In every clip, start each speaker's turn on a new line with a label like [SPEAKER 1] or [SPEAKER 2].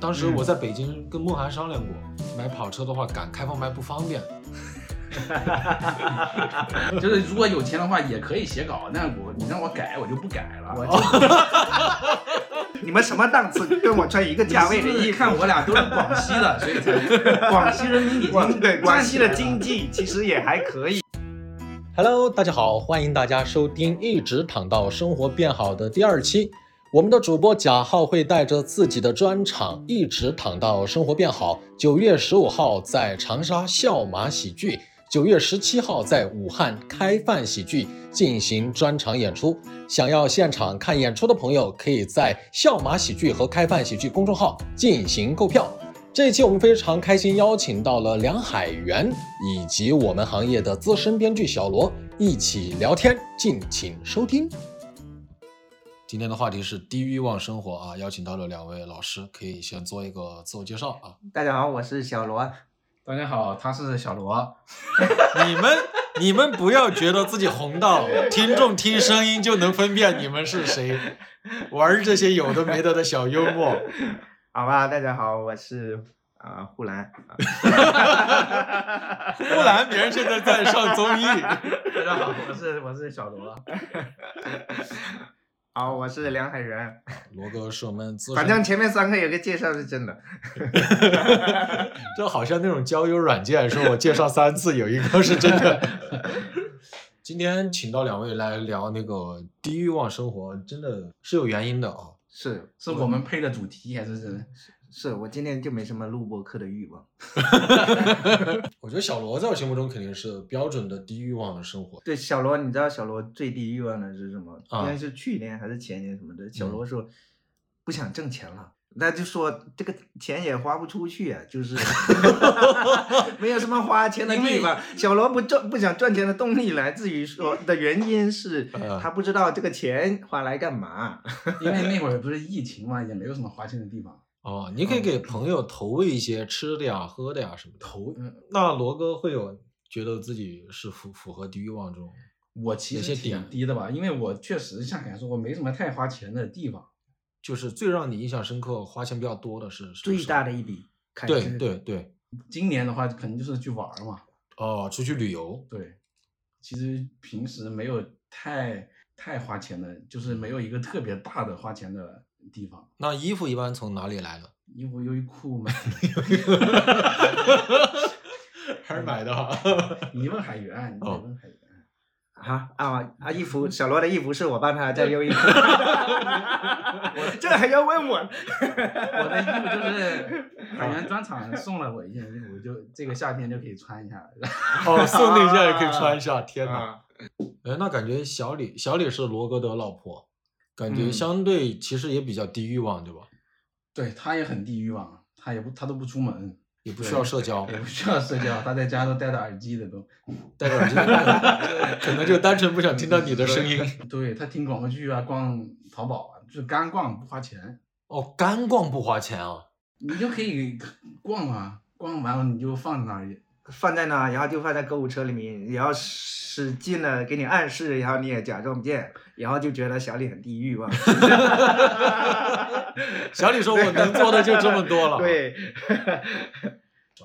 [SPEAKER 1] 当时
[SPEAKER 2] 嗯
[SPEAKER 1] 我在北京跟莫涵商量过，买跑车的话赶开放麦不方便。
[SPEAKER 3] 就是如果有钱的话，也可以写稿。那我你让我改，我就不改了。
[SPEAKER 4] 我你们什么档次？跟我穿一个价位的
[SPEAKER 3] 你是不
[SPEAKER 4] 衣
[SPEAKER 3] 是
[SPEAKER 4] 服。
[SPEAKER 3] 看我俩都是广西的，所以 才广西人民已
[SPEAKER 4] 哇
[SPEAKER 3] 经
[SPEAKER 4] 对，关系的
[SPEAKER 3] 站起来了
[SPEAKER 4] 经济其实也还可以。
[SPEAKER 2] Hello，大家好，欢迎大家收听《一直躺到生活变好》的第二期。我们的主播贾浩会带着自己的专场《一直躺到生活变好》，九月十五号在长沙笑马喜剧，九月十七号在武汉开饭喜剧进行专场演出。想要现场看演出的朋友，可以在笑马喜剧和开饭喜剧公众号进行购票。这一期我们非常开心邀请到了梁海源以及我们行业的资深编剧小罗一起聊天，敬请收听。
[SPEAKER 1] 今天的话题是低欲望生活啊，邀请到了两位老师，可以先做一个自我介绍啊。
[SPEAKER 4] 大家好，我是小罗。
[SPEAKER 3] 大家好，他是小罗。
[SPEAKER 1] 你们你们不要觉得自己红到听众听声音就能分辨你们是谁，玩这些有的没的的小幽默。
[SPEAKER 4] 好吧，大家好，我是啊呼兰。啊
[SPEAKER 1] 不然别人现在在上综艺，
[SPEAKER 3] 大家好，我是我是小罗。
[SPEAKER 4] 好，我是梁海源。
[SPEAKER 1] 罗哥是我们资
[SPEAKER 4] 反正
[SPEAKER 1] 深，
[SPEAKER 4] 前面三个有个介绍是真的。
[SPEAKER 1] 这好像那种交友软件，说我介绍三次有一个是真的。 今天请到两位来聊那个低欲望生活，真的是有原因的啊。
[SPEAKER 4] 是
[SPEAKER 3] 是我们配的主题还是是？
[SPEAKER 4] 是，我今天就没什么录播课的欲望。
[SPEAKER 1] 我觉得小罗在我心目中肯定是标准的低欲望生活。
[SPEAKER 4] 对，小罗，你知道小罗最低欲望的是什么？
[SPEAKER 1] 啊嗯
[SPEAKER 4] 应该是去年还是前年什么的。小罗说、不想挣钱了，那就说这个钱也花不出去啊，就是 没有什么花钱的地方。小罗不赚不想赚钱的动力来自于说的原因是
[SPEAKER 1] 嗯
[SPEAKER 4] 他不知道这个钱花来干嘛。
[SPEAKER 3] 因为那会儿不是疫情嘛，也没有什么花钱的地方。
[SPEAKER 1] 哦，你可以
[SPEAKER 4] 嗯
[SPEAKER 1] 给朋友投喂一些吃的呀、喝的呀什么的。投
[SPEAKER 3] 嗯
[SPEAKER 1] 那罗哥会有觉得自己是符符合低欲望这种
[SPEAKER 3] 我其
[SPEAKER 1] 哪些
[SPEAKER 3] 实挺
[SPEAKER 1] 点
[SPEAKER 3] 低的吧，因为我确实像凯说，我没什么太花钱的地方。
[SPEAKER 1] 就是最让你印象深刻、花钱比较多的是是
[SPEAKER 4] 最
[SPEAKER 1] 什
[SPEAKER 4] 大
[SPEAKER 1] 么
[SPEAKER 4] 的一笔开支，
[SPEAKER 1] 对对对
[SPEAKER 3] 今年的话，可能就是去玩儿嘛。
[SPEAKER 1] 哦，出去旅游
[SPEAKER 3] 对，其实平时没有太太花钱的，就是没有一个特别大的花钱的地方。
[SPEAKER 1] 那衣服一般从哪里来的？
[SPEAKER 3] 衣服、优衣库买，
[SPEAKER 1] 还是买的啊？
[SPEAKER 3] 你问海源，你得
[SPEAKER 1] 哦
[SPEAKER 3] 问海源。
[SPEAKER 4] 啊啊啊！衣服，小罗的衣服是我帮他 在 优衣库，这还要问
[SPEAKER 1] 啊
[SPEAKER 4] 我？
[SPEAKER 3] 我的衣服就是海源专场送了我一件衣服，就这个夏天就可以穿一下。
[SPEAKER 1] 哦，送那一下也可以穿一下，天哪！
[SPEAKER 4] 啊，
[SPEAKER 1] 哎，那感觉小李小李是罗哥的老婆，感觉
[SPEAKER 4] 嗯
[SPEAKER 1] 相对其实也比较低欲望，对吧？
[SPEAKER 3] 对他也很地狱啊，他也不他都不出门，
[SPEAKER 1] 也不需要社交，
[SPEAKER 3] 也不需要社交，他在家都戴着耳机的都。
[SPEAKER 1] 戴着耳机， 可能就单纯不想听到你的声音。
[SPEAKER 3] 对他听广播剧啊，逛淘宝啊，就是干逛不花钱。
[SPEAKER 1] 哦，干逛不花钱啊？
[SPEAKER 3] 你就可以逛啊，逛完了你就放那儿，
[SPEAKER 4] 放在那，然后就放在购物车里面，然后使劲的给你暗示，然后你也假装不见，然后就觉得小李很地狱吧？
[SPEAKER 1] 小李说：“我能做的就这么多了。”。
[SPEAKER 4] 对，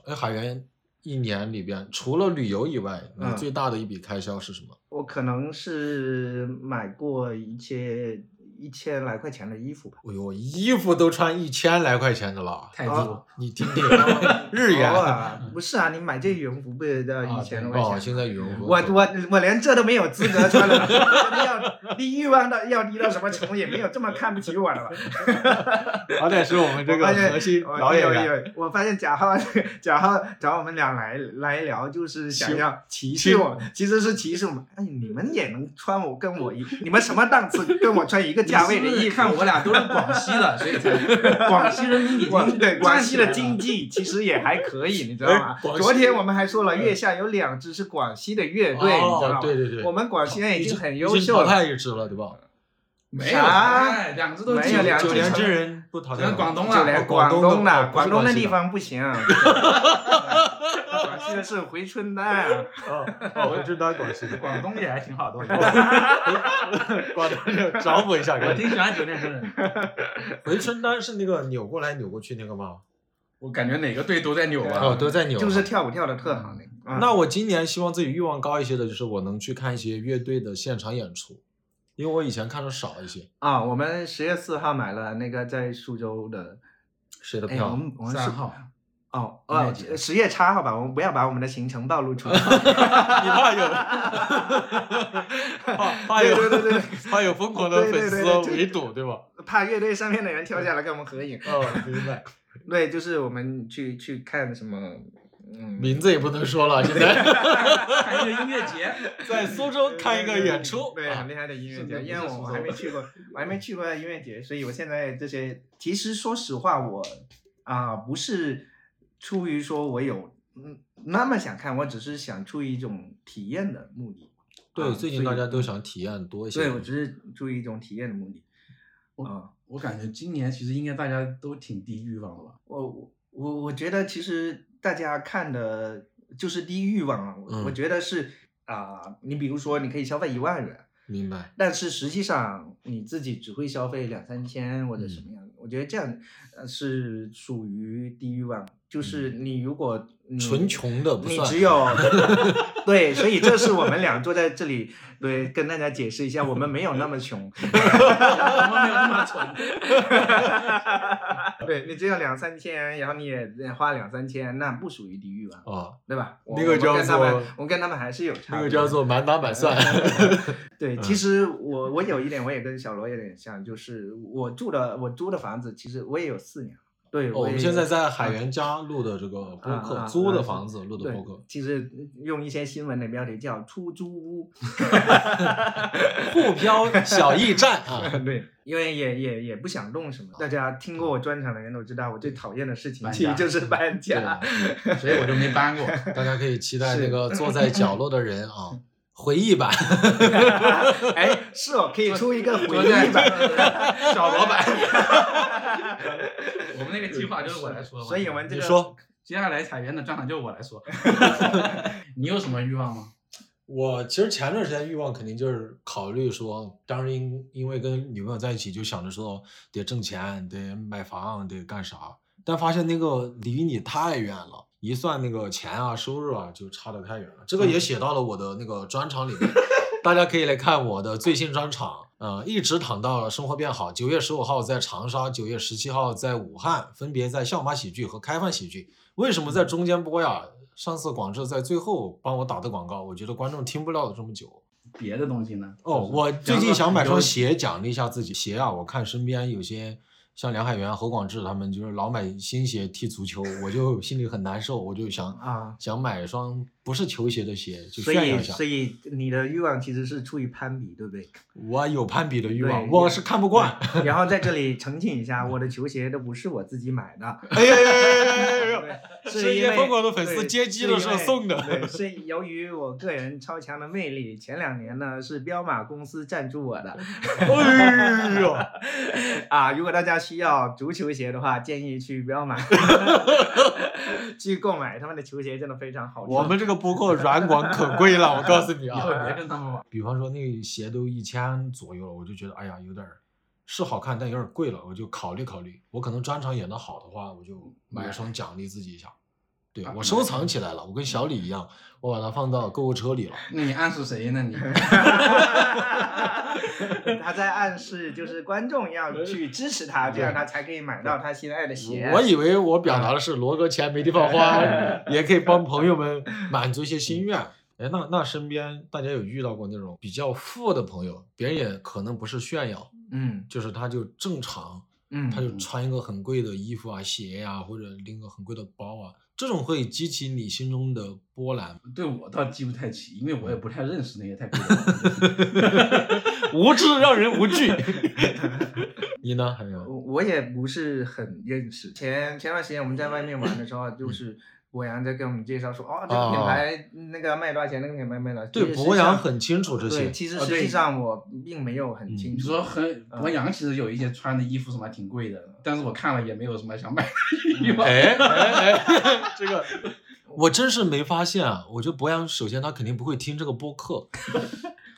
[SPEAKER 1] 哎，海源一年里边除了旅游以外，你
[SPEAKER 4] 嗯
[SPEAKER 1] 最大的一笔开销是什么？
[SPEAKER 4] 我可能是买过一些一千来块钱的衣服吧，
[SPEAKER 1] 哎呦，衣服都穿一千来块钱的了，
[SPEAKER 3] 泰铢、
[SPEAKER 4] 啊
[SPEAKER 1] 你听听
[SPEAKER 4] 偶
[SPEAKER 1] 日元
[SPEAKER 4] 尔不是啊，你买这羽绒服不也要
[SPEAKER 3] 啊
[SPEAKER 4] 一千多块钱
[SPEAKER 1] 哦，
[SPEAKER 4] 吗？
[SPEAKER 1] 现在羽绒服
[SPEAKER 4] 我我我连这都没有资格穿了，要低欲望到要低到什么程度，也没有这么看不起我了吧？
[SPEAKER 1] 好歹是我们这
[SPEAKER 4] 我
[SPEAKER 1] 个
[SPEAKER 4] 发现
[SPEAKER 1] 核心
[SPEAKER 4] 我
[SPEAKER 1] 导演
[SPEAKER 4] 有
[SPEAKER 1] 员。
[SPEAKER 4] 有，我发现贾浩贾浩找我们俩来来聊，就是想
[SPEAKER 1] 行
[SPEAKER 4] 要歧视我，其实是歧视我们。哎，你们也能穿我 跟我一，你们什么档次跟我穿一个价位的
[SPEAKER 3] 你是不
[SPEAKER 4] 衣
[SPEAKER 3] 是
[SPEAKER 4] 服？
[SPEAKER 3] 看我俩都是广西的，所以才广西 人民已
[SPEAKER 4] 哇
[SPEAKER 3] 经
[SPEAKER 4] 对广西的
[SPEAKER 3] 经
[SPEAKER 4] 经济其实也还可以，你知道吗
[SPEAKER 1] 哎？广西嗯
[SPEAKER 4] 昨天我们还说了，月下有两支是广西的乐队，你知
[SPEAKER 1] 哦
[SPEAKER 4] 道吗，？
[SPEAKER 1] 对对对，
[SPEAKER 4] 我们广西人已
[SPEAKER 1] 已
[SPEAKER 4] 经
[SPEAKER 1] 经
[SPEAKER 4] 很
[SPEAKER 1] 已
[SPEAKER 4] 优
[SPEAKER 1] 经
[SPEAKER 4] 秀
[SPEAKER 1] 淘
[SPEAKER 4] 了，
[SPEAKER 1] 汰一支了，对吧？
[SPEAKER 3] 没有，
[SPEAKER 4] 啥
[SPEAKER 3] 哎两只都
[SPEAKER 4] 没有
[SPEAKER 3] 进
[SPEAKER 4] 两只
[SPEAKER 1] 九连
[SPEAKER 4] 成
[SPEAKER 1] 之人不淘汰
[SPEAKER 3] 咱
[SPEAKER 1] 吗，
[SPEAKER 3] 广东
[SPEAKER 4] 就
[SPEAKER 3] 了
[SPEAKER 4] 连
[SPEAKER 1] 广
[SPEAKER 4] 广
[SPEAKER 1] 东的
[SPEAKER 4] 的，
[SPEAKER 1] 哦不是
[SPEAKER 4] 广东的
[SPEAKER 1] 广西
[SPEAKER 4] 地
[SPEAKER 1] 的
[SPEAKER 4] 方不行。 广西的是回春丹啊，
[SPEAKER 1] 哦，哦回春丹广 西的，
[SPEAKER 3] 广东也还挺好的，我觉 得
[SPEAKER 1] 广东人找补一下，
[SPEAKER 3] 我挺喜欢酒店生人，
[SPEAKER 1] 回春丹是那个扭过来扭过去那个吗？
[SPEAKER 3] 我感觉哪个队都在扭
[SPEAKER 1] 哦，
[SPEAKER 3] 啊，
[SPEAKER 1] 都在扭啊，
[SPEAKER 4] 就是跳舞跳的特好那个。啊
[SPEAKER 1] 那我今年希望自己欲望高一些的，就是我能去看一些乐队的现场演出，因为我以前看的少一些。
[SPEAKER 4] 啊，我们十月四号买了那个在苏州的，
[SPEAKER 1] 谁的
[SPEAKER 4] 哎，我
[SPEAKER 1] 票？
[SPEAKER 4] 们我们是
[SPEAKER 3] 三号，
[SPEAKER 4] 哦
[SPEAKER 3] 音乐
[SPEAKER 4] 哦，
[SPEAKER 3] 节
[SPEAKER 4] 十月差号吧，我们不要把我们的行程暴露出来。
[SPEAKER 1] 你怕 有，怕怕有，
[SPEAKER 4] 对对对对
[SPEAKER 1] 怕有疯狂的
[SPEAKER 4] 对对
[SPEAKER 1] 粉丝
[SPEAKER 4] 对对对
[SPEAKER 1] 围堵，对吧？
[SPEAKER 4] 怕乐队上面的人跳下来跟我们合影。
[SPEAKER 1] 哦，明白。
[SPEAKER 4] 对，就是我们去去看什么，嗯，
[SPEAKER 1] 名字也不能说了，现在
[SPEAKER 3] 还有一个音乐节，
[SPEAKER 1] 在苏州看一个演出，
[SPEAKER 4] 对，
[SPEAKER 1] 啊
[SPEAKER 4] 很厉害的音乐
[SPEAKER 3] 甚
[SPEAKER 4] 节，
[SPEAKER 3] 至
[SPEAKER 4] 因为
[SPEAKER 3] 不是
[SPEAKER 4] 我
[SPEAKER 3] 苏
[SPEAKER 4] 我
[SPEAKER 3] 州
[SPEAKER 4] 还没去过，我还没去过音乐节，所以我现在这些，其实说实话，我啊、不是出于说我有嗯那么想看，我只是想出于一种体验的目的。
[SPEAKER 1] 对，
[SPEAKER 4] 啊
[SPEAKER 1] 最近
[SPEAKER 4] 所
[SPEAKER 1] 大
[SPEAKER 4] 以
[SPEAKER 1] 家都想体验多一些。
[SPEAKER 4] 对我只是出于一种体验的目的。啊、
[SPEAKER 3] 我感觉今年其实应该大家都挺低欲望的吧，
[SPEAKER 4] 我我我我觉得其实大家看的就是低欲望啊，我
[SPEAKER 1] 嗯
[SPEAKER 4] 我觉得是啊、你比如说你可以消费一万元。
[SPEAKER 1] 明白。
[SPEAKER 4] 但是实际上你自己只会消费两三千或者
[SPEAKER 1] 嗯
[SPEAKER 4] 什么样的，我觉得这样呃是属于低欲望，就是你如果你
[SPEAKER 1] 嗯纯穷的不
[SPEAKER 4] 嗯你
[SPEAKER 1] 算
[SPEAKER 4] 只 有对，所以这是我们俩坐在这里，对，跟大家解释一下，我们没有那么穷，
[SPEAKER 3] 我们没有那么蠢，
[SPEAKER 4] 对你只有两三千，然后你也花两三千，那不属于低欲望，
[SPEAKER 1] 啊，
[SPEAKER 4] 对吧？我
[SPEAKER 1] 那个叫
[SPEAKER 4] 我们跟他
[SPEAKER 1] 做
[SPEAKER 4] 们，我们跟他们还是有差别的，
[SPEAKER 1] 那个叫做满打满 算。
[SPEAKER 4] 对，
[SPEAKER 1] 嗯
[SPEAKER 4] 其实我我有一点，我也跟小罗有点像，就是我住的我租的房子，其实我也有四年了。对，
[SPEAKER 1] 哦我
[SPEAKER 4] 也
[SPEAKER 1] 们
[SPEAKER 4] 有
[SPEAKER 1] 现在在海源家录的这个播
[SPEAKER 4] 啊啊
[SPEAKER 1] 客，
[SPEAKER 4] 啊
[SPEAKER 1] 租的房子录的
[SPEAKER 4] 对
[SPEAKER 1] 播 客，
[SPEAKER 4] 其实用一些新闻的标题叫出租 屋，
[SPEAKER 1] 沪漂小驿站 啊，
[SPEAKER 4] 对，因为也也也不想动什
[SPEAKER 1] 哦
[SPEAKER 4] 么。大家听过我专场的人都知道，我最讨厌的事情
[SPEAKER 3] 搬
[SPEAKER 4] 其实
[SPEAKER 3] 家
[SPEAKER 4] 就是 搬
[SPEAKER 1] 对
[SPEAKER 4] 家。
[SPEAKER 3] 所以我就没搬 过。
[SPEAKER 1] 大家可以期待
[SPEAKER 4] 是
[SPEAKER 1] 那个坐在角落的人 啊，回忆版。
[SPEAKER 4] 哎，是哦，可以出一个回
[SPEAKER 3] 昨天
[SPEAKER 4] 忆版。
[SPEAKER 3] 小老 板，我们那个计划就是我来说吧。
[SPEAKER 4] 所以我们这
[SPEAKER 1] 你
[SPEAKER 4] 个
[SPEAKER 1] 说，
[SPEAKER 3] 接下来彩员的专场就是我来说。 你有什么欲望吗？
[SPEAKER 1] 我其实前段时间欲望肯定就是考虑说，当时因因为跟女朋友在一起，就想着说得挣钱，得买房，得干啥，但发现那个离你太远了。一算那个钱啊、收入啊，就差得太远了。这个也写到了我的那个专场里面， 大家可以来看我的最新专场。呃，一直躺到生活变好。九月十五号在长沙，九月十七号在武汉，分别在笑马喜剧和开饭喜剧。为什么
[SPEAKER 4] 嗯
[SPEAKER 1] 在中间播呀？上次广志在最后帮我打的广告，我觉得观众听不了这么久。
[SPEAKER 3] 别的东西呢？
[SPEAKER 1] 哦，
[SPEAKER 3] 就是
[SPEAKER 1] 我最近想买
[SPEAKER 3] 比如
[SPEAKER 1] 双鞋奖励一下自己。鞋啊，我看身边有些像梁海源、侯广志他们，就是老买新鞋踢足球，我就心里很难受，我就想
[SPEAKER 4] 啊
[SPEAKER 1] 想买一双不是球鞋的鞋，就
[SPEAKER 4] 所
[SPEAKER 1] 炫耀
[SPEAKER 4] 以
[SPEAKER 1] 一下
[SPEAKER 4] 所。以你的欲望其实是出于攀比，对不对？
[SPEAKER 1] 我有攀比的欲望，
[SPEAKER 4] 对
[SPEAKER 1] 我是看不 惯。
[SPEAKER 4] 然后在这里澄清一下，我的球鞋都不是我自己买的。
[SPEAKER 1] 哎呀呀呀呀呀 呀呀！是
[SPEAKER 4] 是
[SPEAKER 1] 一
[SPEAKER 4] 因
[SPEAKER 1] 些
[SPEAKER 4] 为
[SPEAKER 1] 疯狂的粉丝
[SPEAKER 4] 对
[SPEAKER 1] 接机的时候
[SPEAKER 4] 是因为
[SPEAKER 1] 送的
[SPEAKER 4] 对，是由于我个人超强的魅力，前两年呢是彪马公司赞助我的。
[SPEAKER 1] 哎呦，
[SPEAKER 4] 啊，如果大家需要足球鞋的话，建议去 彪马 去购买，他们的球鞋真的非常好穿。
[SPEAKER 1] 我们这个播客软广可贵了，我告诉你
[SPEAKER 3] 以后别
[SPEAKER 1] 啊。
[SPEAKER 3] 跟他们玩。
[SPEAKER 1] 比方说那个鞋都一千左右了，我就觉得哎呀有点儿是好看，但有点儿贵了，我就考虑考虑。我可能专场演得好的话，我就买一双奖励自己一下。对
[SPEAKER 3] 啊
[SPEAKER 1] 我收藏起来了，我跟小李一样，我把它放到购物车里了。
[SPEAKER 3] 你暗示谁 呢？你
[SPEAKER 4] 他在暗示，就是观众要去支持他，这样他才可以买到他心爱的鞋。
[SPEAKER 1] 我以为我表达的是罗哥钱没地方花，也可以帮朋友们满足一些心愿。哎，那那身边大家有遇到过那种比较富的朋友，别人也可能不是炫耀，
[SPEAKER 4] 嗯
[SPEAKER 1] 就是他就正常，
[SPEAKER 4] 嗯，
[SPEAKER 1] 他就穿一个很贵的衣服啊、鞋呀、或者拎个很贵的包啊，这种会激起你心中的波 澜。
[SPEAKER 3] 对我倒记不太起，因为我也不太认识那些太贵 的人。
[SPEAKER 1] 无知让人无惧。 你呢，还 有？
[SPEAKER 4] 我我也不是很认识。前前段时间我们在外面玩的时候，就是博洋在给我们介绍说，哦，这个品牌那个卖多少钱，那个品牌卖多少钱。
[SPEAKER 1] 对，
[SPEAKER 4] 其实
[SPEAKER 1] 博洋
[SPEAKER 4] 实际
[SPEAKER 1] 很清楚这
[SPEAKER 4] 上对，
[SPEAKER 1] 些。
[SPEAKER 4] 其实
[SPEAKER 3] 啊
[SPEAKER 4] 实
[SPEAKER 3] 对
[SPEAKER 4] 际上我并没有很清
[SPEAKER 3] 你
[SPEAKER 4] 楚。
[SPEAKER 3] 说很博洋其实有一些穿的衣服什么挺 贵的，但是我看了也没有什么想买的欲 望。
[SPEAKER 1] 哎哎哎，这个我真是没发现啊！我觉得博洋首先他肯定不会听这个播客，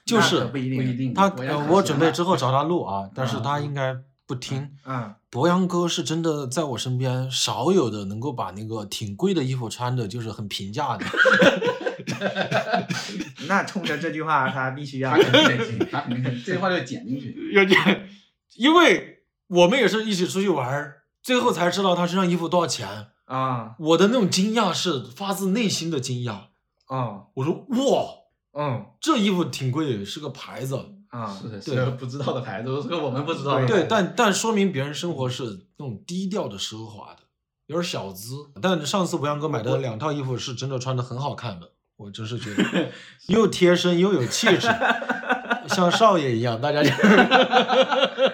[SPEAKER 1] 就
[SPEAKER 4] 那
[SPEAKER 1] 是
[SPEAKER 4] 可不一定
[SPEAKER 3] 不
[SPEAKER 4] 啊
[SPEAKER 3] 一定。
[SPEAKER 1] 他
[SPEAKER 3] 我要
[SPEAKER 1] 呃
[SPEAKER 3] 看
[SPEAKER 1] 我
[SPEAKER 3] 一下
[SPEAKER 1] 准备之后找他录啊，但是
[SPEAKER 3] 嗯
[SPEAKER 1] 他应该不听。
[SPEAKER 4] 啊。
[SPEAKER 1] 博洋哥是真的在我身边少有的能够把那个挺贵的衣服穿的，就是很平价的。
[SPEAKER 4] 那冲着这句话，他必须要
[SPEAKER 3] 他肯定得听，他肯定得听这句话就剪进去。
[SPEAKER 1] 有点，因为我们也是一起出去玩儿，最后才知道他身上衣服多少钱。
[SPEAKER 4] 啊，
[SPEAKER 1] 我的那种惊讶是发自内心的惊讶，
[SPEAKER 4] 哦，
[SPEAKER 1] 我说哇，
[SPEAKER 4] 嗯，
[SPEAKER 1] 这衣服挺贵，是个牌子。
[SPEAKER 4] 啊，
[SPEAKER 3] 是的，
[SPEAKER 1] 对
[SPEAKER 3] 是嗯个不知道的牌子，是个我们不知道的牌
[SPEAKER 4] 对
[SPEAKER 3] 子。
[SPEAKER 1] 对，但但说明别人生活是那种低调的、奢华的，有点小资。但上次博洋哥买的两套衣服是真的穿的很好看的，我真是觉得又贴身又有气质，像少爷一样，大家就是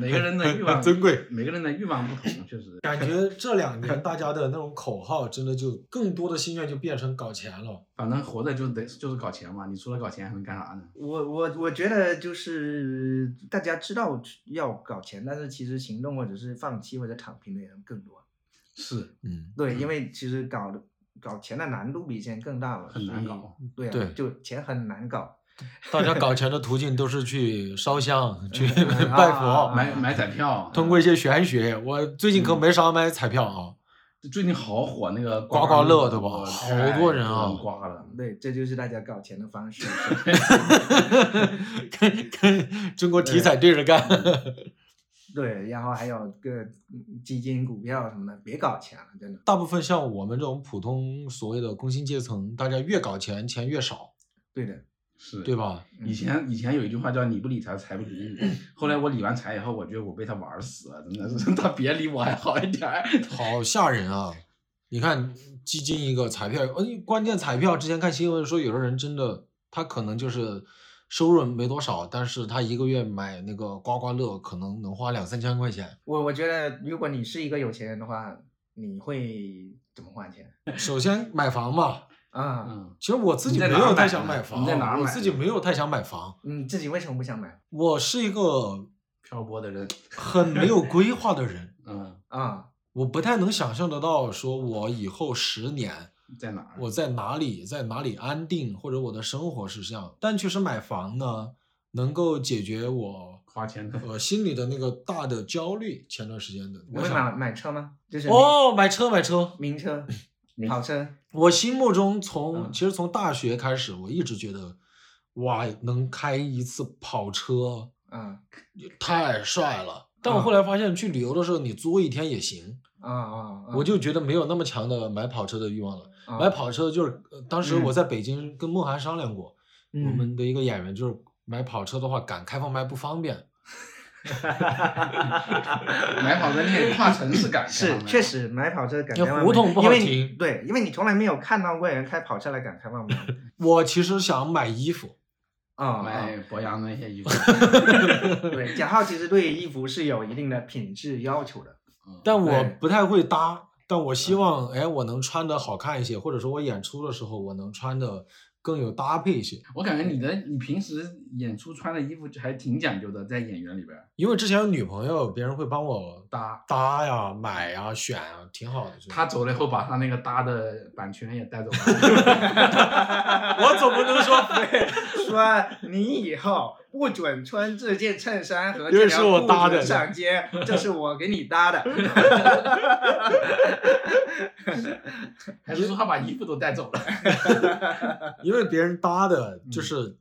[SPEAKER 3] 每个人的欲望
[SPEAKER 1] 很珍贵。
[SPEAKER 3] 每个人的欲望不同，确实。
[SPEAKER 1] 感觉这两年大家的那种口号，真的就更多的心愿就变成搞钱了。
[SPEAKER 3] 反正活着就得就是搞钱嘛，你除了搞钱还能干啥呢？
[SPEAKER 4] 我我我觉得就是大家知道要搞钱，但是其实行动或者是放弃或者躺平的人更多。
[SPEAKER 3] 是
[SPEAKER 1] 嗯，
[SPEAKER 4] 对，因为其实搞搞钱的难度比以前更大了，
[SPEAKER 3] 很难。搞。
[SPEAKER 4] 对啊，
[SPEAKER 1] 对
[SPEAKER 4] 就钱很难搞。
[SPEAKER 1] 大家搞钱的途径都是去烧香、去
[SPEAKER 4] 嗯啊
[SPEAKER 1] 拜
[SPEAKER 4] 啊
[SPEAKER 1] 佛，
[SPEAKER 3] 买买彩票，
[SPEAKER 1] 通过一些玄学。我最近可
[SPEAKER 3] 嗯
[SPEAKER 1] 没少买彩票啊。
[SPEAKER 3] 最近好火那个
[SPEAKER 1] 刮刮
[SPEAKER 3] 刮哎
[SPEAKER 1] 乐对吧
[SPEAKER 3] 我
[SPEAKER 1] 好
[SPEAKER 3] 太
[SPEAKER 1] 多人啊
[SPEAKER 3] 刮了。
[SPEAKER 4] 对，这就是大家搞钱的 方式。
[SPEAKER 1] 跟跟中国体彩对嗯着干。
[SPEAKER 4] 对，然后还有个嗯基金、股票什么的，别搞钱了，真的。
[SPEAKER 1] 大部分像我们这种普通所谓的工薪阶层，大家越搞钱钱越少，
[SPEAKER 4] 对的，
[SPEAKER 3] 是，
[SPEAKER 1] 对？吧？
[SPEAKER 4] 嗯
[SPEAKER 3] 以前以前有一句话叫“你不理财，财不理你”。
[SPEAKER 1] 嗯
[SPEAKER 3] 后来我理完财以后，我觉得我被他玩死了，真的是 他别理我还好一点儿。
[SPEAKER 1] 好吓人啊！你看基金一个，彩票，呃，关键彩票之前看新闻说，有的人真的他可能就是收入没多少，但是他一个月买那个刮刮乐可能能花两三千块 钱。
[SPEAKER 4] 我我觉得如果你是一个有钱人的话，你会怎么花钱
[SPEAKER 1] 首先买房嘛，
[SPEAKER 4] 啊？
[SPEAKER 3] 嗯，
[SPEAKER 1] 其实我自己
[SPEAKER 3] 你在
[SPEAKER 1] 没
[SPEAKER 3] 哪儿
[SPEAKER 1] 有太
[SPEAKER 3] 买
[SPEAKER 1] 想
[SPEAKER 3] 的
[SPEAKER 1] 买
[SPEAKER 3] 你
[SPEAKER 1] 房，
[SPEAKER 3] 在哪儿
[SPEAKER 1] 我
[SPEAKER 3] 买
[SPEAKER 1] 自
[SPEAKER 3] 的
[SPEAKER 1] 己没有太想买房，
[SPEAKER 4] 你自己为什么不想买
[SPEAKER 1] 我是一个
[SPEAKER 3] 漂泊的人，
[SPEAKER 1] 很没有规划的人。
[SPEAKER 3] 嗯，
[SPEAKER 4] 啊？
[SPEAKER 1] 我不太能想象得到，说我以后十年
[SPEAKER 3] 在哪儿？
[SPEAKER 1] 我在哪里，在哪里安定，或者我的生活是这样。但确实买房呢，能够解决我
[SPEAKER 3] 花钱的。
[SPEAKER 1] 呃心里的那个大的焦虑。前段时间的，
[SPEAKER 4] 你
[SPEAKER 1] 我
[SPEAKER 4] 会
[SPEAKER 1] 想
[SPEAKER 4] 买买车吗？就是名
[SPEAKER 1] 哦，买车买车。
[SPEAKER 4] 名车
[SPEAKER 3] 名、
[SPEAKER 4] 跑车，
[SPEAKER 1] 我心目中从、
[SPEAKER 3] 嗯
[SPEAKER 1] 其实从大学开始，我一直觉得，哇，能开一次跑车
[SPEAKER 4] 啊
[SPEAKER 1] 太帅了。但我后来发现，去旅游的时候你租一天也行，
[SPEAKER 4] 啊啊！
[SPEAKER 1] 我就觉得没有那么强的买跑车的欲望了。
[SPEAKER 4] 啊
[SPEAKER 1] 买跑车就是，呃当时
[SPEAKER 4] 嗯
[SPEAKER 1] 我在北京跟梦涵商量过，我
[SPEAKER 4] 嗯
[SPEAKER 1] 们的一个演员就是买跑车的话，赶开放麦不方便。
[SPEAKER 3] 买跑车你得跨城市赶，
[SPEAKER 4] 是确。实买跑车敢
[SPEAKER 1] 那
[SPEAKER 4] 开放
[SPEAKER 1] 胡
[SPEAKER 4] 门
[SPEAKER 1] 同不
[SPEAKER 4] 因
[SPEAKER 1] 好
[SPEAKER 4] 为你
[SPEAKER 1] 停
[SPEAKER 4] 对，因为你从来没有看到过有人开跑车来敢开 放门
[SPEAKER 1] 我其实想买衣服，
[SPEAKER 4] 啊啊！
[SPEAKER 3] 买博洋那 些衣服，嗯
[SPEAKER 4] 对，贾浩其实对衣服是有一定的品质要求 的。
[SPEAKER 3] 嗯
[SPEAKER 1] 但我
[SPEAKER 4] 对嗯
[SPEAKER 1] 不太会搭，但我希望，哎，我能穿的好看一些，或者说我演出的时候我能穿的更有搭配一些。
[SPEAKER 3] 我感觉你的你平时演出穿的衣服还挺讲究的，在演员里边儿
[SPEAKER 1] 因为之前有女朋友，别人会帮我
[SPEAKER 3] 搭。
[SPEAKER 1] 搭呀、买呀、选呀，挺好的。就是
[SPEAKER 3] 他走了以后，把他那个搭的版权也带 走了。
[SPEAKER 1] 我总不能说
[SPEAKER 4] 说你以后不准穿这件衬衫和
[SPEAKER 1] 因为
[SPEAKER 4] 这
[SPEAKER 1] 是
[SPEAKER 4] 条
[SPEAKER 1] 我
[SPEAKER 4] 裤
[SPEAKER 1] 搭
[SPEAKER 4] 子
[SPEAKER 1] 的
[SPEAKER 4] 上街，这是我给你 搭的。
[SPEAKER 3] 还是说他把衣服都带走了？
[SPEAKER 1] 因为别人搭的，
[SPEAKER 4] 嗯
[SPEAKER 1] 就是、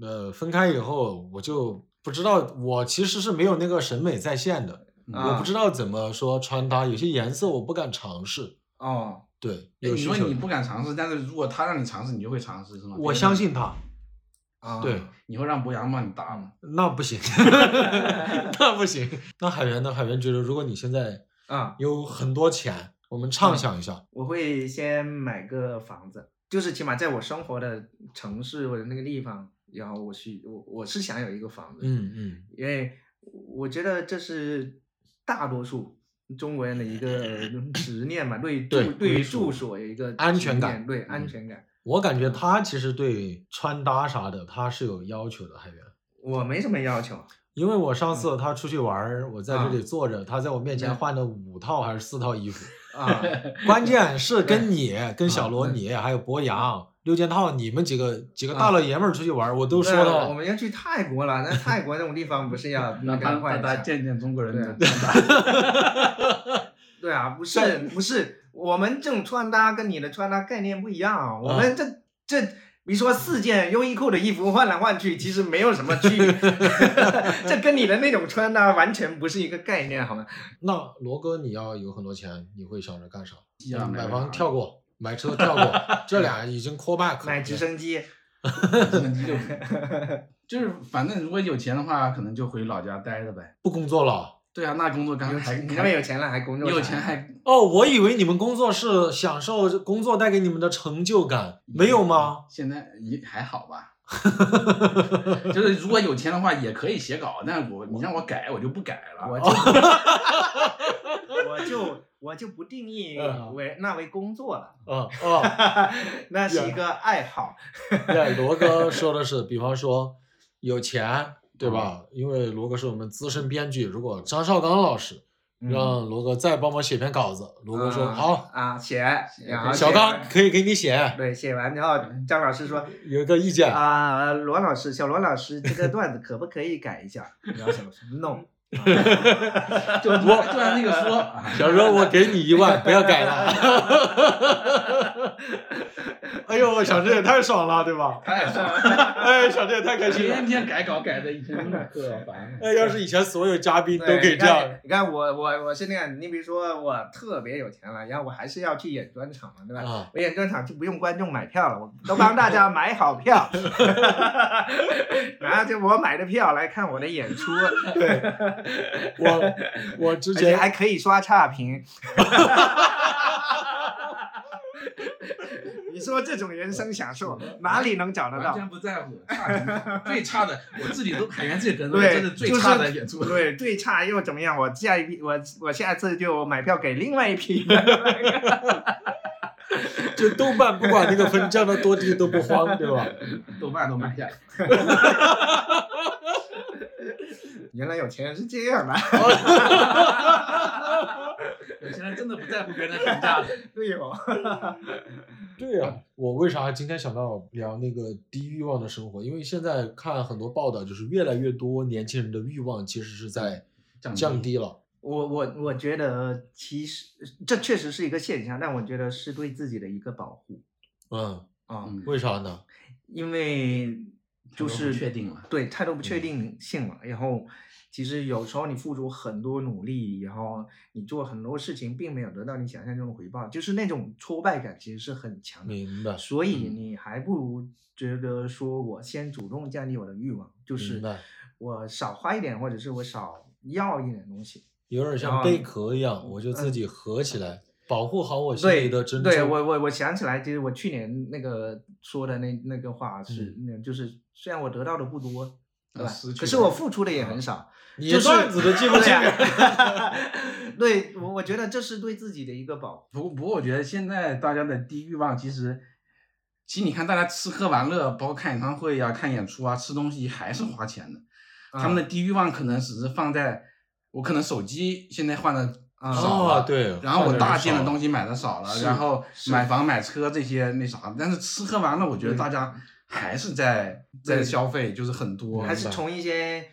[SPEAKER 1] 呃分开以后，我就不知道，我其实是没有那个审美在线的，
[SPEAKER 4] 啊
[SPEAKER 1] 我不知道怎么说穿搭，有些颜色我不敢尝试。
[SPEAKER 4] 哦，
[SPEAKER 1] 对，
[SPEAKER 3] 哎
[SPEAKER 1] 有
[SPEAKER 3] 你
[SPEAKER 1] 需
[SPEAKER 3] 说
[SPEAKER 1] 求
[SPEAKER 3] 你，不敢尝试，但是如果他让你尝试，你就会尝试，是吗？
[SPEAKER 1] 我相信他，
[SPEAKER 4] 啊
[SPEAKER 1] 对，
[SPEAKER 3] 你会让博洋帮你搭吗？
[SPEAKER 1] 那不行， 那不行。那海源呢？海源觉得，如果你现在
[SPEAKER 4] 啊，
[SPEAKER 1] 有很多钱，我们畅想一下，
[SPEAKER 4] 我会先买个房子，就是起码在我生活的城市或者那个地方，然后我去，我我是想有一个房子，，
[SPEAKER 1] 嗯嗯，
[SPEAKER 4] 因为我觉得这是大多数中国人的一个嗯执念嘛，对
[SPEAKER 1] 呃对
[SPEAKER 4] 住对于
[SPEAKER 3] 归属
[SPEAKER 4] 住所有一个
[SPEAKER 1] 安全
[SPEAKER 4] 执
[SPEAKER 1] 感
[SPEAKER 4] 念对安
[SPEAKER 3] 嗯
[SPEAKER 4] 全感。
[SPEAKER 1] 我感觉他其实对穿搭啥的，他是有要求的。海源，
[SPEAKER 4] 我没什么要求，
[SPEAKER 1] 因嗯为我上次他出去玩儿，我在这
[SPEAKER 4] 啊
[SPEAKER 1] 里坐着，他在我面前
[SPEAKER 4] 嗯
[SPEAKER 1] 换了五套还是四套衣服，
[SPEAKER 4] 啊，
[SPEAKER 1] 关键是跟你、跟小罗
[SPEAKER 3] 啊
[SPEAKER 1] 你、还有博洋、六件套，你们几个几个大老爷们儿出去玩儿，我都说
[SPEAKER 4] 那我
[SPEAKER 1] 了，
[SPEAKER 4] 们要去泰国了，那泰国嗯那种地方不是 要
[SPEAKER 3] 让
[SPEAKER 4] 赶
[SPEAKER 3] 大
[SPEAKER 4] 快
[SPEAKER 3] 大
[SPEAKER 4] 一
[SPEAKER 3] 家
[SPEAKER 4] 下
[SPEAKER 3] 见见中国人的
[SPEAKER 4] 对啊
[SPEAKER 3] 穿搭。
[SPEAKER 4] 对啊，不是不是，我们这种穿搭跟你的穿搭概念不一样啊。我们这、这，比如说四件优衣库的衣服换来换去，其实没有什么区别， 这跟你的那种穿搭完全不是一个概念， 好吗？
[SPEAKER 1] 那罗哥你要有很多钱，你会想着干啥？
[SPEAKER 3] 一样
[SPEAKER 1] 买
[SPEAKER 3] 的
[SPEAKER 1] 房跳过，买车跳过，这俩已经 call back 了。
[SPEAKER 4] 买直升机，
[SPEAKER 3] 直升机就 就是反正如果有钱的话，可能就回老家待着呗。
[SPEAKER 1] 不工作了。
[SPEAKER 3] 对啊，那工作干
[SPEAKER 4] 有
[SPEAKER 3] 还
[SPEAKER 4] 钱，你那
[SPEAKER 3] 还
[SPEAKER 4] 边有钱了啊还工作？
[SPEAKER 3] 有钱。还
[SPEAKER 1] 哦，我以为你们工作是享受工作带给你们的成就感， 没有吗？？
[SPEAKER 3] 现在也还 好吧。就是如果有钱的话，也可以写稿，但我你让我改，我就不改了。
[SPEAKER 4] 我就我就我就不定义
[SPEAKER 1] 嗯
[SPEAKER 4] 为那为工作 了，
[SPEAKER 1] 嗯哦，
[SPEAKER 4] 那是一个爱好。
[SPEAKER 1] 对，罗哥说的是，比方说有钱，对吧？因为罗哥是我们资深编剧，如果张绍刚老师
[SPEAKER 4] 嗯
[SPEAKER 1] 让罗哥再帮忙写篇稿子，罗哥说
[SPEAKER 4] 啊
[SPEAKER 1] 好，
[SPEAKER 4] 啊，写，然后
[SPEAKER 1] 小
[SPEAKER 4] 写
[SPEAKER 1] 刚
[SPEAKER 4] 完
[SPEAKER 1] 可以给你写，
[SPEAKER 4] 对，写完之后，张老师说
[SPEAKER 1] 有一个意见。
[SPEAKER 4] 啊，罗老师，小罗老师，这个段子可不可以改一下？然后小罗说 no，
[SPEAKER 3] 就我就按那个 说，啊
[SPEAKER 1] 小时候我给你一万，不要改了。 哎呦，我想这也太爽了，对吧？
[SPEAKER 3] 太爽了，
[SPEAKER 1] 哎，想这也太开心了
[SPEAKER 3] 天。天改稿改的已经可烦 啊了。
[SPEAKER 1] 哎，要是以前所有嘉宾都
[SPEAKER 4] 对
[SPEAKER 1] 可以
[SPEAKER 4] 你
[SPEAKER 1] 这
[SPEAKER 4] 看
[SPEAKER 1] 样，
[SPEAKER 4] 你看我我我是那样，你比如说我特别有钱了，然后我还是要去演专场嘛，对吧？
[SPEAKER 1] 啊，
[SPEAKER 4] 我演专场就不用观众买票了，我都帮大家买好 票，然后就我买的票来看我的演出，
[SPEAKER 1] 对， 我我之
[SPEAKER 4] 而且
[SPEAKER 1] 前
[SPEAKER 4] 还可以刷差评。 你说这种人生享受哪里能找得
[SPEAKER 3] 完
[SPEAKER 4] 到？
[SPEAKER 3] 全不在乎，差评最差的，我自己都海源自己可能都
[SPEAKER 4] 对
[SPEAKER 3] 真的最
[SPEAKER 4] 就是
[SPEAKER 3] 差的演出。
[SPEAKER 4] 对，最差又怎么样？我下一批，我我下次就买票给另外一批。
[SPEAKER 1] 就豆瓣不管那个分降到多低都不慌，对 吧？
[SPEAKER 3] 豆瓣都 买下来，
[SPEAKER 4] 原来有钱人是这样的，
[SPEAKER 3] 哦有些人真的不在乎别人的评价的。
[SPEAKER 4] 对哦，
[SPEAKER 1] 对呀、我为啥今天想到聊那个低欲望的生活？因为现在看很多报道，就是越来越多年轻人的欲望其实是在
[SPEAKER 3] 降
[SPEAKER 1] 降
[SPEAKER 3] 低
[SPEAKER 1] 低了。
[SPEAKER 4] 我我我觉得其实这确实是一个现象，但我觉得是对自己的一个保护
[SPEAKER 1] 嗯，
[SPEAKER 4] 啊、
[SPEAKER 3] 嗯
[SPEAKER 1] 为啥呢？
[SPEAKER 4] 因为就
[SPEAKER 3] 太多
[SPEAKER 4] 是
[SPEAKER 3] 不确定了嗯
[SPEAKER 4] 对太多不确定性了。然后其实有时候你付出很多努力，然后你做很多事情，并没有得到你想象中的回报，就是那种挫败感其实是很强的。
[SPEAKER 1] 明白，
[SPEAKER 4] 所以
[SPEAKER 3] 嗯
[SPEAKER 4] 你还不如觉得说我先主动降低我的欲望，就是
[SPEAKER 1] 明白
[SPEAKER 4] 我少花一点，或者是我少要一点东西。
[SPEAKER 1] 有点像
[SPEAKER 4] 啊
[SPEAKER 1] 贝壳一样，我就自己合起来，保护好我心里
[SPEAKER 4] 对
[SPEAKER 1] 的珍珠。
[SPEAKER 4] 对我我我想起来，其实我去年那个说的那那个话是，
[SPEAKER 1] 嗯
[SPEAKER 4] 那就是虽然我得到的不多，
[SPEAKER 1] 啊
[SPEAKER 4] 对吧
[SPEAKER 3] 失？去
[SPEAKER 4] 可是
[SPEAKER 3] 的
[SPEAKER 4] 我付出的也很少，
[SPEAKER 1] 你
[SPEAKER 4] 就是
[SPEAKER 1] 啊段子都记不清
[SPEAKER 4] 对。 啊 对，我我觉得这是对自己的一个保护。
[SPEAKER 3] 不过不过，我觉得现在大家的低欲望，其实，其实你看大家吃喝玩乐，包括看演唱会呀、看演出啊、吃东西，还是花钱的。他们的低欲望可能只是放在我可能手机现在换的少了，
[SPEAKER 1] 哦，对。
[SPEAKER 3] 然后我大件的
[SPEAKER 1] 西，
[SPEAKER 3] 东西买的少了，
[SPEAKER 4] 是
[SPEAKER 3] 然后
[SPEAKER 4] 是
[SPEAKER 3] 买房买车这些那啥，但是吃喝玩乐，我觉得大家还是在在
[SPEAKER 4] 对
[SPEAKER 3] 消费，就是很多，
[SPEAKER 4] 还是
[SPEAKER 1] 明白
[SPEAKER 4] 从一些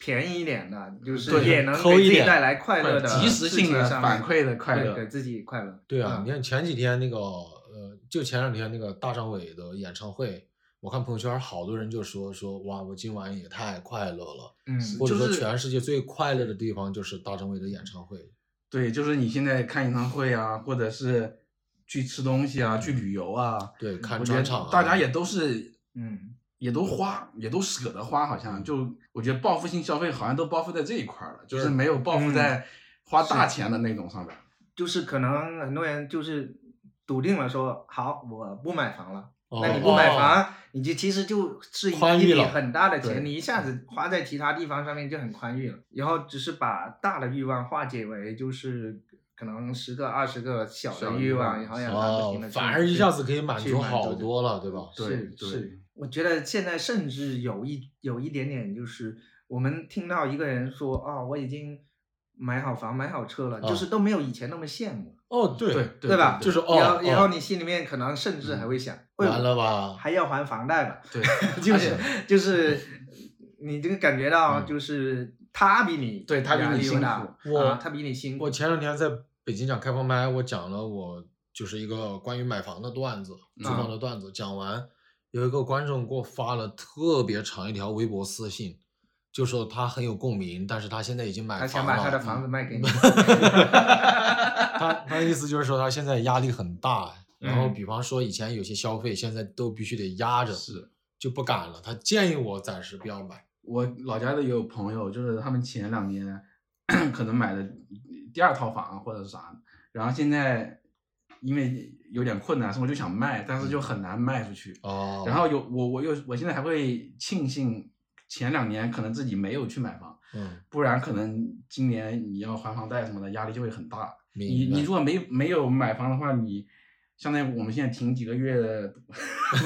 [SPEAKER 4] 便宜一点的，就是
[SPEAKER 3] 对
[SPEAKER 4] 也能
[SPEAKER 1] 嗯抠
[SPEAKER 4] 给
[SPEAKER 1] 一
[SPEAKER 4] 自己
[SPEAKER 1] 点
[SPEAKER 4] 带来快乐的
[SPEAKER 3] 及时性的
[SPEAKER 4] 事情上
[SPEAKER 3] 反
[SPEAKER 4] 面
[SPEAKER 3] 馈的快
[SPEAKER 4] 对
[SPEAKER 3] 乐
[SPEAKER 4] 给。自己快乐。
[SPEAKER 1] 对啊，
[SPEAKER 4] 嗯
[SPEAKER 1] 你看前几天那个，呃，就前两天那个大张伟的演唱会，我看朋友圈好多人就说说哇，我今晚也太快乐了，
[SPEAKER 4] 嗯，
[SPEAKER 1] 或者说
[SPEAKER 3] 就是
[SPEAKER 1] 全世界最快乐的地方就是大张伟的演唱会。
[SPEAKER 3] 对，就是你现在看演唱会啊，或者是去吃东西啊，去旅游啊，
[SPEAKER 1] 对，看
[SPEAKER 3] 我觉
[SPEAKER 1] 专
[SPEAKER 3] 得
[SPEAKER 1] 场啊，
[SPEAKER 3] 大家也都是，
[SPEAKER 4] 嗯，
[SPEAKER 3] 也都花，也都舍得花，好
[SPEAKER 1] 嗯
[SPEAKER 3] 像就我觉得报复性消费好像都报复在这一块儿了，就是
[SPEAKER 1] 是
[SPEAKER 3] 没有报复
[SPEAKER 4] 嗯
[SPEAKER 3] 在花大
[SPEAKER 4] 是
[SPEAKER 3] 钱的那种上面。
[SPEAKER 4] 就是可能很多人就是笃定了说，好，我不买房了。
[SPEAKER 1] 哦，
[SPEAKER 4] 那你不买
[SPEAKER 1] 哦，
[SPEAKER 4] 房，你就其实就是一
[SPEAKER 1] 宽
[SPEAKER 4] 一
[SPEAKER 1] 裕
[SPEAKER 4] 笔
[SPEAKER 1] 了
[SPEAKER 4] 很大的
[SPEAKER 3] 对
[SPEAKER 4] 钱，你一下子花在其他地方上面就很宽裕了。然后只是把大的欲望化解为就是可能十个二十个小
[SPEAKER 3] 小
[SPEAKER 4] 的
[SPEAKER 3] 欲
[SPEAKER 4] 欲
[SPEAKER 3] 望
[SPEAKER 4] 望，然后让它啊不停
[SPEAKER 1] 哦
[SPEAKER 4] 的，
[SPEAKER 1] 反而一下子可以满
[SPEAKER 4] 去
[SPEAKER 1] 足
[SPEAKER 4] 满
[SPEAKER 1] 好
[SPEAKER 4] 足的
[SPEAKER 1] 多了，对吧？
[SPEAKER 3] 对
[SPEAKER 4] 是
[SPEAKER 3] 对
[SPEAKER 4] 是，我觉得现在甚哦至有一有一点点，就是我们听到一个人说啊、我已经买好房、买好车了，
[SPEAKER 2] 啊
[SPEAKER 4] 就是都没有以前那么羡慕，
[SPEAKER 1] 哦，
[SPEAKER 3] 对
[SPEAKER 1] 对，
[SPEAKER 3] 对
[SPEAKER 4] 嗯对吧？
[SPEAKER 3] 对
[SPEAKER 1] 就是哦
[SPEAKER 4] 然后然后
[SPEAKER 1] 哦嗯
[SPEAKER 4] 你心里面可能甚至还会想，哎呦
[SPEAKER 2] 完了
[SPEAKER 1] 啊
[SPEAKER 2] 吧？
[SPEAKER 4] 还要还房贷吧？
[SPEAKER 3] 对，
[SPEAKER 4] 就是就是，你这个感觉到
[SPEAKER 1] 嗯
[SPEAKER 4] 就是他比你
[SPEAKER 3] 对他比
[SPEAKER 4] 压
[SPEAKER 3] 你
[SPEAKER 4] 力
[SPEAKER 3] 辛苦
[SPEAKER 4] 大
[SPEAKER 1] 我
[SPEAKER 4] 啊，他比你辛苦。
[SPEAKER 1] 我前两天在北京讲开放麦，我讲了我就是一个关于买房的段子，租房的段子，讲完有一个观众给我发了特别长一条微博私信，就说他很有共鸣，但是他现在已经买
[SPEAKER 4] 他
[SPEAKER 1] 房了，
[SPEAKER 4] 想把他的房子卖给你，
[SPEAKER 1] 他 他的意思就是说他现在压力很大，然后
[SPEAKER 3] 嗯
[SPEAKER 1] 比方说以前有些消费现在都必须得压着，
[SPEAKER 3] 是
[SPEAKER 1] 就不敢了。他建议我暂时不要买，
[SPEAKER 3] 我老家的也有朋友，就是他们前两年 可能买的第二套房啊或者是啥，然后现在因为有点困难，所以我就想卖，但
[SPEAKER 1] 嗯
[SPEAKER 3] 是就很难卖出去。
[SPEAKER 1] 哦
[SPEAKER 3] 然后有我我又我现在还会庆幸前两年可能自己没有去买房，
[SPEAKER 1] 嗯，
[SPEAKER 3] 不然可能今年你要还房贷什么的压力就会很大。你
[SPEAKER 1] 明白
[SPEAKER 3] 你如果没没有买房的话，你相当于我们现在停几个月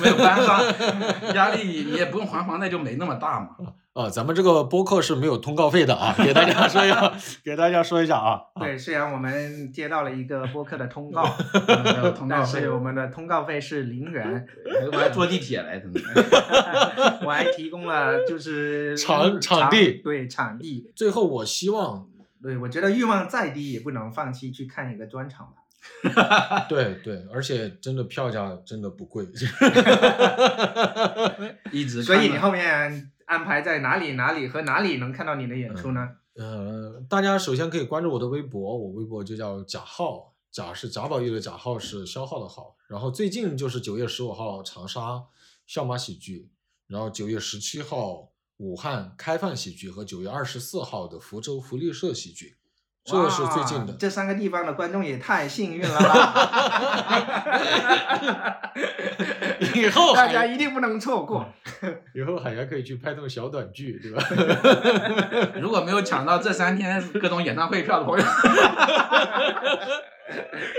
[SPEAKER 3] 没有搬房， 压力你也不用还房贷就没那么大嘛。
[SPEAKER 1] 啊，咱们这个播客是没有通告费的啊，给大家说一下， 给大家说一下啊。
[SPEAKER 4] 对，虽然我们接到了一个播客的通告，
[SPEAKER 3] 嗯通告
[SPEAKER 4] 但
[SPEAKER 3] 费
[SPEAKER 4] 是我们的通告费是零元，
[SPEAKER 3] 我还坐地铁来着呢。
[SPEAKER 4] 我还提供了就是
[SPEAKER 1] 场场地
[SPEAKER 4] 对场地，
[SPEAKER 1] 最后，我希望，
[SPEAKER 4] 对我觉得欲望再低也不能放弃去看一个专场吧。
[SPEAKER 1] 对对，而且真的票价真的不 贵，
[SPEAKER 3] 一直
[SPEAKER 4] 所
[SPEAKER 3] 看
[SPEAKER 4] 以
[SPEAKER 3] 到
[SPEAKER 4] 你后面安排在哪里哪里和哪里能看到你的演出呢？
[SPEAKER 1] 呃，大家首先可以关注我的微博，我微博就叫贾浩，贾是贾宝玉的贾，浩是消耗的浩。然后最近就是九月十五号长沙笑马喜剧，然后九月十七号武汉开饭喜剧和九月二十四号的福州福利社喜剧，这个是最近
[SPEAKER 4] 哇
[SPEAKER 1] 的。
[SPEAKER 4] 这三个地方的观众也太幸运了吧！
[SPEAKER 1] 以后
[SPEAKER 4] 大
[SPEAKER 1] 还
[SPEAKER 4] 家一定不能错过。
[SPEAKER 1] 以后海洋可以去拍那种小短剧，对吧？
[SPEAKER 3] 如果没有抢到这三天各种演唱会票的朋友，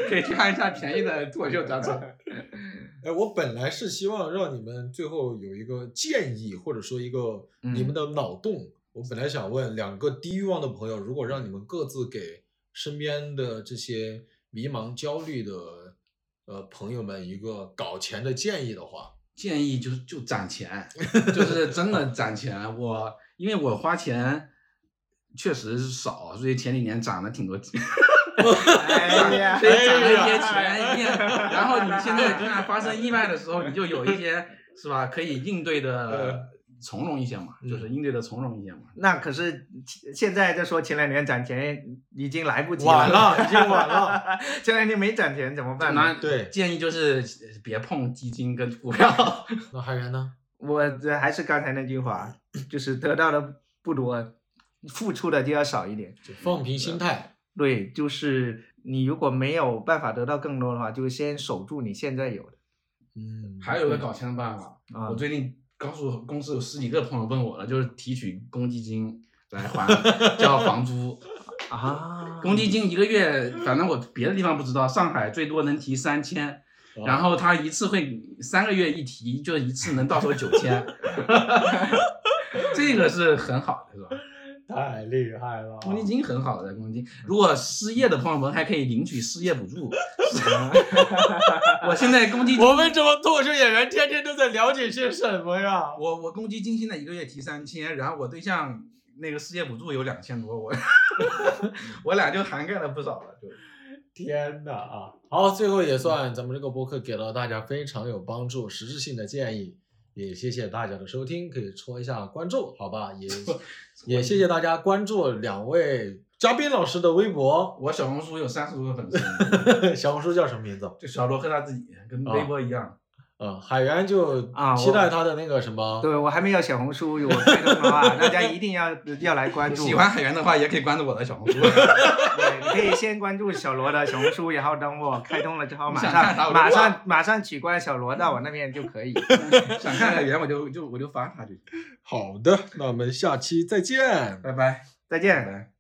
[SPEAKER 3] 可以去看一下便宜的脱口秀专场。
[SPEAKER 1] 哎，我本来是希望让你们最后有一个建议，或者说一个你们的脑洞。我本来想问两个低欲望的朋友，如果让你们各自给身边的这些迷茫、焦虑的呃朋友们一个搞钱的建议的话，
[SPEAKER 3] 建议就是就攒钱，就是真的攒钱。我因为我花钱确实是少，所以前几年攒了挺多钱，
[SPEAKER 1] 嗯
[SPEAKER 4] 哎呀
[SPEAKER 3] 所以攒了一些
[SPEAKER 4] 哎
[SPEAKER 3] 钱。一然后你现在看发生意外的时候，你就有一些是吧，可以应对
[SPEAKER 4] 嗯
[SPEAKER 3] 的从容一些嘛，就是应对的从容一些嘛。
[SPEAKER 4] 那可是现在就说前两年攒钱已经来不及
[SPEAKER 1] 晚
[SPEAKER 4] 了，
[SPEAKER 1] 了已经晚了。
[SPEAKER 4] 前两年没攒钱怎么办呢？
[SPEAKER 3] 那
[SPEAKER 1] 对
[SPEAKER 3] 建议就是呃别碰基金跟股票。
[SPEAKER 1] 那海源呢？
[SPEAKER 4] 我这还是刚才那句话，就是得到的不多，付出的就要少一点。
[SPEAKER 1] 就放平心态，
[SPEAKER 4] 对，就是你如果没有办法得到更多的话，就先守住你现在有的
[SPEAKER 1] 嗯，
[SPEAKER 3] 还有一个搞钱的办法，
[SPEAKER 4] 啊
[SPEAKER 3] 我。最近告诉公司有十几个朋友问我了，就是提取公积金来还交房租。
[SPEAKER 4] 啊，
[SPEAKER 3] 公积金一个月，反正我别的地方不知道，上海最多能提三千，然后他一次会三个月一提，就一次能到手九千， 这个是很好的，是吧？
[SPEAKER 1] 太厉害了
[SPEAKER 3] 公积金很好的，公积金。如果失业的朋友们还可以领取失业补助。 我现在公积金，
[SPEAKER 1] 我们这帮脱口秀演员天天都在了解些什么呀？
[SPEAKER 3] 我我公积金现在一个月提三千，然后我对象那个失业补助有两千多，我我俩就涵盖了不少了，就
[SPEAKER 1] 天哪啊！好，最后也算咱们这个播客给了大家非常有帮助、实质性的建议，也谢谢大家的收听，可以戳一下关注，好吧？也也谢谢大家关注两位嘉宾老师的微博，
[SPEAKER 3] 我小红书有三十多个粉丝，
[SPEAKER 1] 小红书叫什么名字？
[SPEAKER 3] 就小罗和他自己跟微博一样，
[SPEAKER 1] 呃，海源就
[SPEAKER 4] 啊
[SPEAKER 1] 期
[SPEAKER 4] 我
[SPEAKER 1] 待他的那个什么，
[SPEAKER 4] 对我还没有小红书，我开通的啊 话，大家一定要呃要来关注。
[SPEAKER 3] 喜欢海源的话也可以关注我的小红书。
[SPEAKER 4] 对，你可以先关注小罗的小红书，然后等我开通了之后，
[SPEAKER 3] 你
[SPEAKER 4] 马
[SPEAKER 3] 想看啥
[SPEAKER 4] 上
[SPEAKER 3] 我就
[SPEAKER 4] 马
[SPEAKER 3] 挂
[SPEAKER 4] 上马上取关小罗到我那边就可以。
[SPEAKER 3] 想看海源我就就我就发他就行，
[SPEAKER 1] 好的，那我们下期再见。
[SPEAKER 3] 拜拜，
[SPEAKER 4] 再
[SPEAKER 3] 拜
[SPEAKER 4] 见。
[SPEAKER 3] 拜。